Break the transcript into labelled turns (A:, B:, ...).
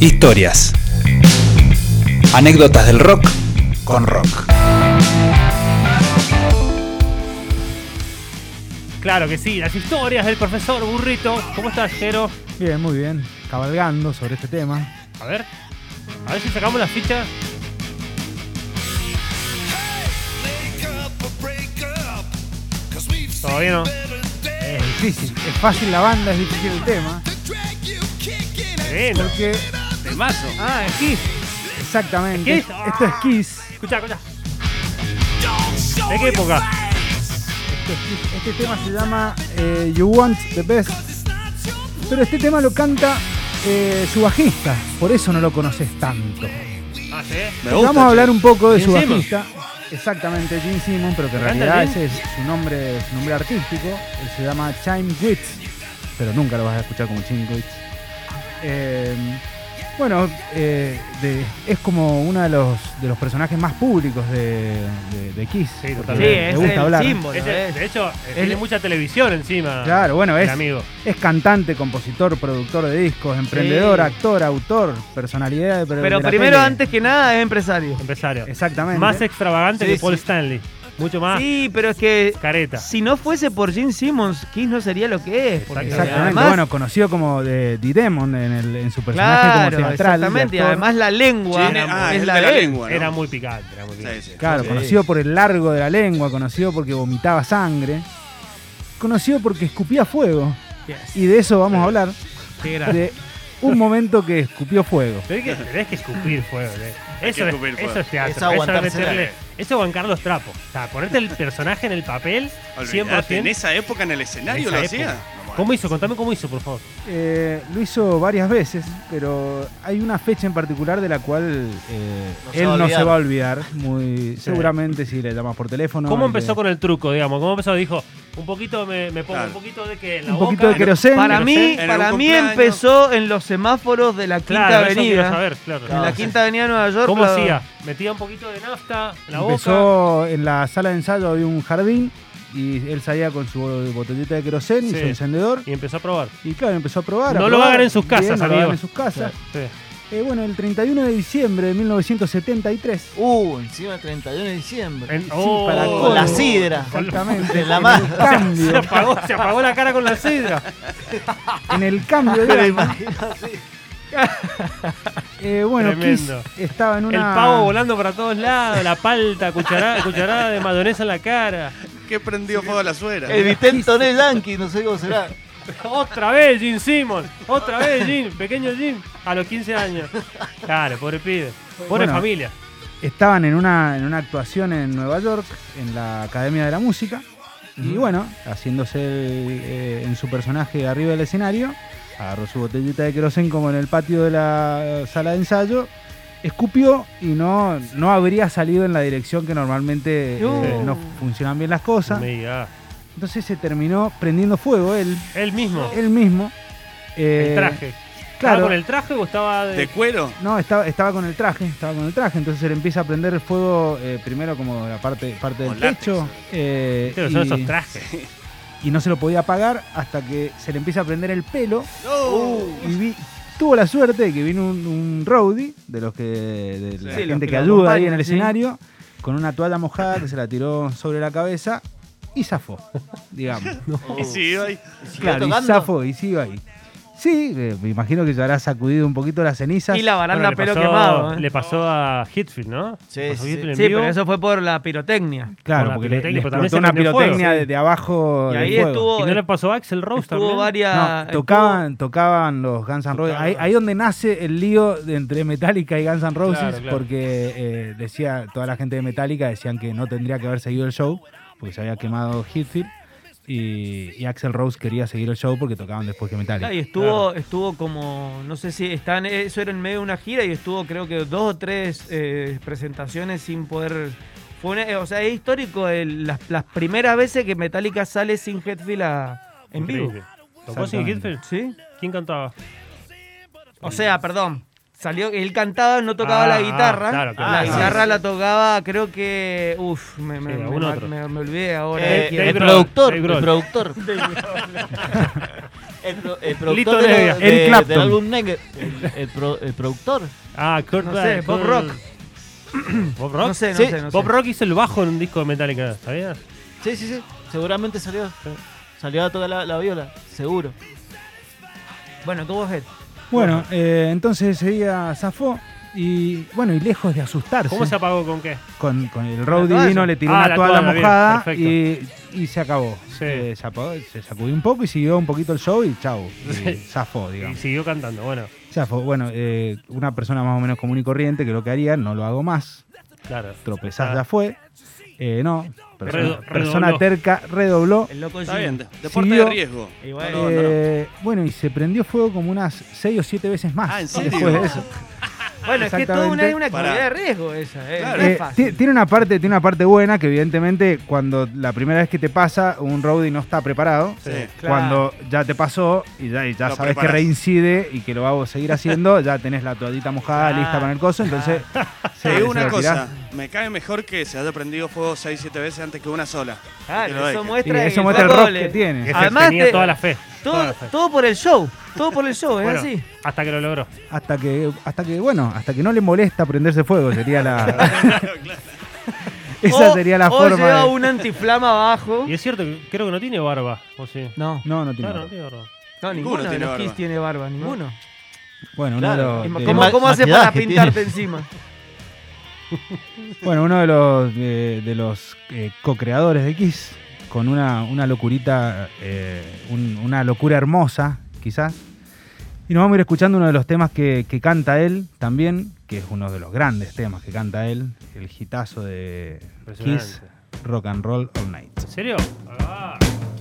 A: Historias. Anécdotas del rock con rock.
B: Claro que sí, las historias del profesor Burrito. ¿Cómo estás, Jero?
C: Bien, muy bien. Cabalgando sobre este tema.
B: A ver. A ver si sacamos la ficha. Todavía no.
C: Es difícil. Es fácil la banda, es difícil el tema.
B: Bueno,
C: Porque,
B: temazo. Ah, es Kiss.
C: exactamente,
B: ¿Es Kiss?
C: esto es Kiss.
B: Escucha, escucha. ¿De qué época?
C: Esto es Kiss. Este tema se llama eh, You Want the Best. Pero este tema lo canta eh, su bajista. Por eso no lo conoces tanto.
B: Ah, sí.
C: Vamos a hablar un poco de
B: Gene
C: su
B: Simmons.
C: bajista. Exactamente, Jim Simon, pero que en
B: ¿Me encanta
C: realidad
B: el
C: ese es su nombre, su nombre artístico. Él se llama Chime Witz, pero nunca lo vas a escuchar como Chime Witz. Eh, bueno, eh, de- es como uno de los, de los personajes más públicos de, de- de Kiss.
B: Sí,
C: porque
B: totalmente. Sí,
C: le,
D: es
C: gusta
D: el
C: hablar.
D: símbolo.
B: Es
D: Bueno,
B: de-
D: es-
B: de hecho, eh, tiene
C: es-
B: mucha televisión encima.
C: Claro, bueno,
B: el
C: es,
B: amigo.
C: es cantante, compositor, productor de discos, emprendedor, actor, autor, personalidad de
D: Pero
C: de la
D: primero,
C: tele.
D: antes que nada, es empresario.
B: Empresario.
C: Exactamente.
B: Más extravagante
D: Sí,
B: que Paul
D: sí.
B: Stanley. Mucho más
D: Sí, pero es que
B: careta.
D: si no fuese por Gene Simmons, Kiss no sería lo que es. porque
B: Exactamente.
C: Exactamente,
D: además-
C: bueno, conocido como de The Demon en, el- en su personaje
D: claro,
C: como teatral. de
D: exactamente. Y
C: actor.
D: además la lengua
E: Gene- ah,
D: es
E: el
D: la
E: de la
D: de él.
E: lengua, ¿no?
B: Era muy picante, era muy picante.
E: Sí, sí.
C: claro,
E: Sí.
C: conocido por el largo de la lengua, conocido porque vomitaba sangre, conocido porque escupía fuego.
D: Yes.
C: Y de eso vamos a hablar,
B: Qué grande.
C: de un momento que escupió fuego.
B: Tenés que, tenés que escupir fuego, ¿eh?
E: que
B: Eso, es-
E: escupir fuego.
B: eso es teatro.
D: Eso
B: Eso es
D: aguantarse,
B: meterle.
E: dale.
B: Eso es bancar los trapos. O sea, ponerte el personaje en el papel
E: Olvidate, en
B: 100%.
E: esa época en el escenario
B: En
E: lo
B: esa
E: hacía.
B: época. ¿Cómo hizo? Contame cómo hizo, por favor.
C: Eh, lo hizo varias veces, pero hay una fecha en particular de la cual eh,
D: No se
C: él
D: va a
C: no se
D: olvidar.
C: va a olvidar, muy seguramente si le llamas por teléfono.
B: ¿Cómo
C: y
B: empezó
C: le-
B: con el truco, digamos? ¿Cómo empezó? Dijo, un poquito me, me pongo
E: Claro.
B: un poquito de que en la
C: un
B: boca.
C: poquito de querosén?
D: Para
B: Pero
D: mí,
B: sé-
E: en
D: para
E: un
D: mí
E: cumpleaños-
D: empezó en los semáforos de la Quinta
B: Claro, eso quiero
D: Avenida.
B: saber, claro.
D: ¿eh? En la Quinta Avenida de Nueva York.
B: ¿Cómo
D: la-
B: hacía? Metía un poquito de nafta en la boca.
C: Empezó en la sala de ensayo, había un jardín y él salía con su botellita de querosén y
B: Sí.
C: su encendedor.
B: Y empezó a probar.
C: Y claro, empezó a probar. a
B: No lo
C: probar.
B: hagan en sus casas,
C: Bien, no lo
B: amigos.
C: hagan en sus casas.
B: Sí.
C: Eh, bueno, el 31 de diciembre de 1973.
F: Uh, encima 31 de diciembre.
B: En-
C: para
B: oh,
F: Con la
C: Con-
F: sidra.
C: Exactamente.
F: De la mano.
C: En el
B: se
C: cambio,
B: apagó, se apagó la cara con la sidra.
C: en el cambio de año, eh, bueno, Kiss
B: Tremendo.
C: estaba en una...
B: El pavo volando para todos lados, la palta, cucharada, cucharada de mayonesa en la cara.
E: ¿Qué prendió fuego a la suera?
F: El Vicente Toné Yankee, no sé cómo será.
B: Otra vez Jim Simon, otra vez Jim, pequeño Jim, a los 15 años. Claro, pobre pibe, pobre
C: Bueno.
B: familia.
C: Estaban en una, en una actuación en Nueva York, en la Academia de la Música,
B: Mm.
C: y bueno, haciéndose el, eh, en su personaje arriba del escenario, agarró su botellita de querosén como en el patio de la eh, sala de ensayo, escupió y no, no habría salido en la dirección que normalmente eh,
D: No.
C: no funcionan bien las cosas.
B: Me diga,
C: Entonces se terminó prendiendo fuego él,
B: Él mismo,
C: él mismo. eh,
B: el traje. ¿Estaba
C: claro.
B: con el traje o estaba de.?
E: ¿De cuero?
C: No, estaba, estaba con el traje, estaba con el traje, entonces se le empieza a prender el fuego eh, primero como la parte, parte del
E: Con látex.
C: pecho eh,
B: Pero son esos
C: y,
B: trajes.
C: y no se lo podía apagar hasta que se le empieza a prender el pelo
E: No.
C: y vi- tuvo la suerte de que vino un, un roadie de los que de la
E: Sí, los
C: gente
D: que
C: que
D: lo
C: ayuda ahí
D: acompañan,
C: en el
D: sí.
C: escenario con una toalla mojada que se la tiró sobre la cabeza y zafó, digamos.
E: Y siguió ahí.
C: claro, y
F: tocando? Eh,
C: zafó y sigue ahí. Sí, eh, me imagino que ya habrá sacudido un poquito las cenizas.
D: Y la
B: Bueno,
D: baranda
B: le
D: pelo
B: pasó-
D: quemado. ¿eh?
B: Le pasó a Hitfield, ¿no?
F: Sí,
B: Le pasó a
F: sí.
B: Hetfield en
D: Sí,
B: vivo.
D: pero eso fue por la pirotecnia.
C: Claro,
B: Con la
C: porque le,
B: pirotecnia,
C: le
B: pero también se
C: explotó una
B: prendió fuego,
C: pirotecnia
B: sí.
C: de, de abajo.
D: Y
C: del
D: ahí
C: fuego.
D: estuvo,
B: ¿Y no le pasó a Axel Rose
D: estuvo
B: también?
D: varias.
C: No, tocaban, tocaban los Guns N' Roses.
B: Tocaban.
C: Ahí, ahí donde nace el lío de entre Metallica y Guns N' Roses,
B: Claro, claro.
C: porque eh, decía, toda la gente de Metallica decían que no tendría que haber seguido el show, porque se había quemado Hitfield. Y, y Axel Rose quería seguir el show porque tocaban después que Metallica.
D: Claro, y estuvo, estuvo como, no sé si están, eso era en medio de una gira y estuvo creo que dos o tres eh, presentaciones sin poder. Fue una- eh, o sea, es histórico el- las, las primeras veces que Metallica sale sin Hetfield a- en vivo.
B: Increíble. ¿Tocó sin
C: Exactamente.
B: Hitfield?
D: ¿Sí?
B: ¿Quién cantaba?
D: O sea, perdón. Salió, él cantaba, no tocaba
B: Ah,
D: la guitarra.
B: ah, claro, claro.
D: la
F: Ah, sí,
D: guitarra
F: sí.
D: la tocaba, creo que. Uf, me, me,
B: Sí,
D: me-
B: algún
D: me-
B: otro.
D: me- me olvidé ahora.
F: Eh,
B: Dave
F: el
B: Grohl,
F: productor,
B: Dave Grohl.
F: el productor. El, pro- el
B: Lito
F: productor de-
B: Nevia.
F: de-
C: Eric Clapton.
F: del álbum Neger. El, el pro- el productor.
B: Ah, Kurt
D: No sé, pop
B: Kurt-
D: rock.
B: ¿Bob Rock?
D: No sé, no
F: Sí,
D: sé, no
B: Bob
D: sé.
B: Rock hizo el bajo en un disco de Metallica, ¿sabías?
F: Sí, sí, sí. Seguramente salió. Salió a tocar la, la viola. Seguro.
D: Bueno, tuvo head.
C: Bueno, eh, entonces ese día zafó y bueno, y lejos de asustarse.
B: ¿Cómo se apagó con qué?
C: con, con el Rowdy
D: toalla.
C: vino, le tiró
B: Ah,
C: una
B: la
C: toalla
B: toalla, bien,
C: mojada y, y se acabó.
B: Sí.
C: Eh, se, apagó, se sacudió un poco y siguió un poquito el show y chau. y
B: Sí.
C: Zafó,
B: Y
C: digamos.
B: siguió cantando, bueno,
C: Zafó. Bueno, eh, una persona más o menos común y corriente que lo que haría, no lo hago más.
B: claro.
C: Tropezás
B: Ah.
C: ya fue. Eh, no, persona,
B: Redo-
C: persona
B: redobló.
C: terca redobló.
D: El loco
E: Está bien,
D: Jim.
E: de- deporte
C: Siguió.
E: de riesgo.
D: Y bueno,
E: No, no, no.
C: Eh, Bueno, y se prendió fuego como unas seis o siete veces más
E: Ah, ¿en serio?
C: después de eso.
D: Bueno, es que todo una,
C: Exactamente.
D: una actividad
E: Pará.
D: de riesgo esa, eh.
E: Claro.
D: No es
C: Eh,
D: fácil.
C: ti- tiene una parte, tiene una parte buena que evidentemente cuando la primera vez que te pasa un roadie no está preparado.
E: Sí.
D: Claro.
C: Cuando ya te pasó y ya, y ya
E: Lo
C: sabes que
E: preparás.
C: reincide y que lo vamos a seguir haciendo, ya tenés la toallita mojada
D: Claro,
C: lista para el coso, entonces
E: Te digo una
C: lo tirás.
E: cosa, me cae mejor que se haya prendido fuego 6, 7 veces antes que una sola. Que lo
D: Claro, eso
E: deje.
C: Y
D: muestra,
C: eso muestra el rock
D: doble.
C: que tiene.
B: Ese
D: Además
B: tenía
D: te-
B: toda la fe. toda
D: Todo,
B: la fe.
D: todo por el show, todo por el show, es
B: Bueno,
D: así.
B: Hasta que lo logró.
C: Hasta que, hasta que, bueno, hasta que no le molesta prenderse fuego, sería la. Esa
D: O-
C: sería la
D: o
C: forma.
D: lleva
C: de-
D: un antiflama abajo.
B: Y es cierto que creo que no tiene barba, ¿o sí?
D: No,
C: No, no tiene.
B: Claro, no
C: barba.
B: tiene barba.
D: no,
E: Ninguno
D: ninguno de
E: tiene
D: los
E: barba.
D: Kiss tiene barba, ninguno.
C: Bueno, uno de
F: Claro,
C: los- de-
D: ¿Cómo,
F: ma-
D: cómo haces para
F: maquillaje
D: pintarte
F: tiene.
D: encima?
C: Bueno, uno de los, de, de los eh, co-creadores de Kiss, con una, una locurita, eh, un- una locura hermosa, quizás. Y nos vamos a ir escuchando uno de los temas que, que canta él también, que es uno de los grandes temas que canta él, el hitazo de Kiss,
B: Impresionante.
C: Rock and Roll All Night.
B: ¿En serio? Ah.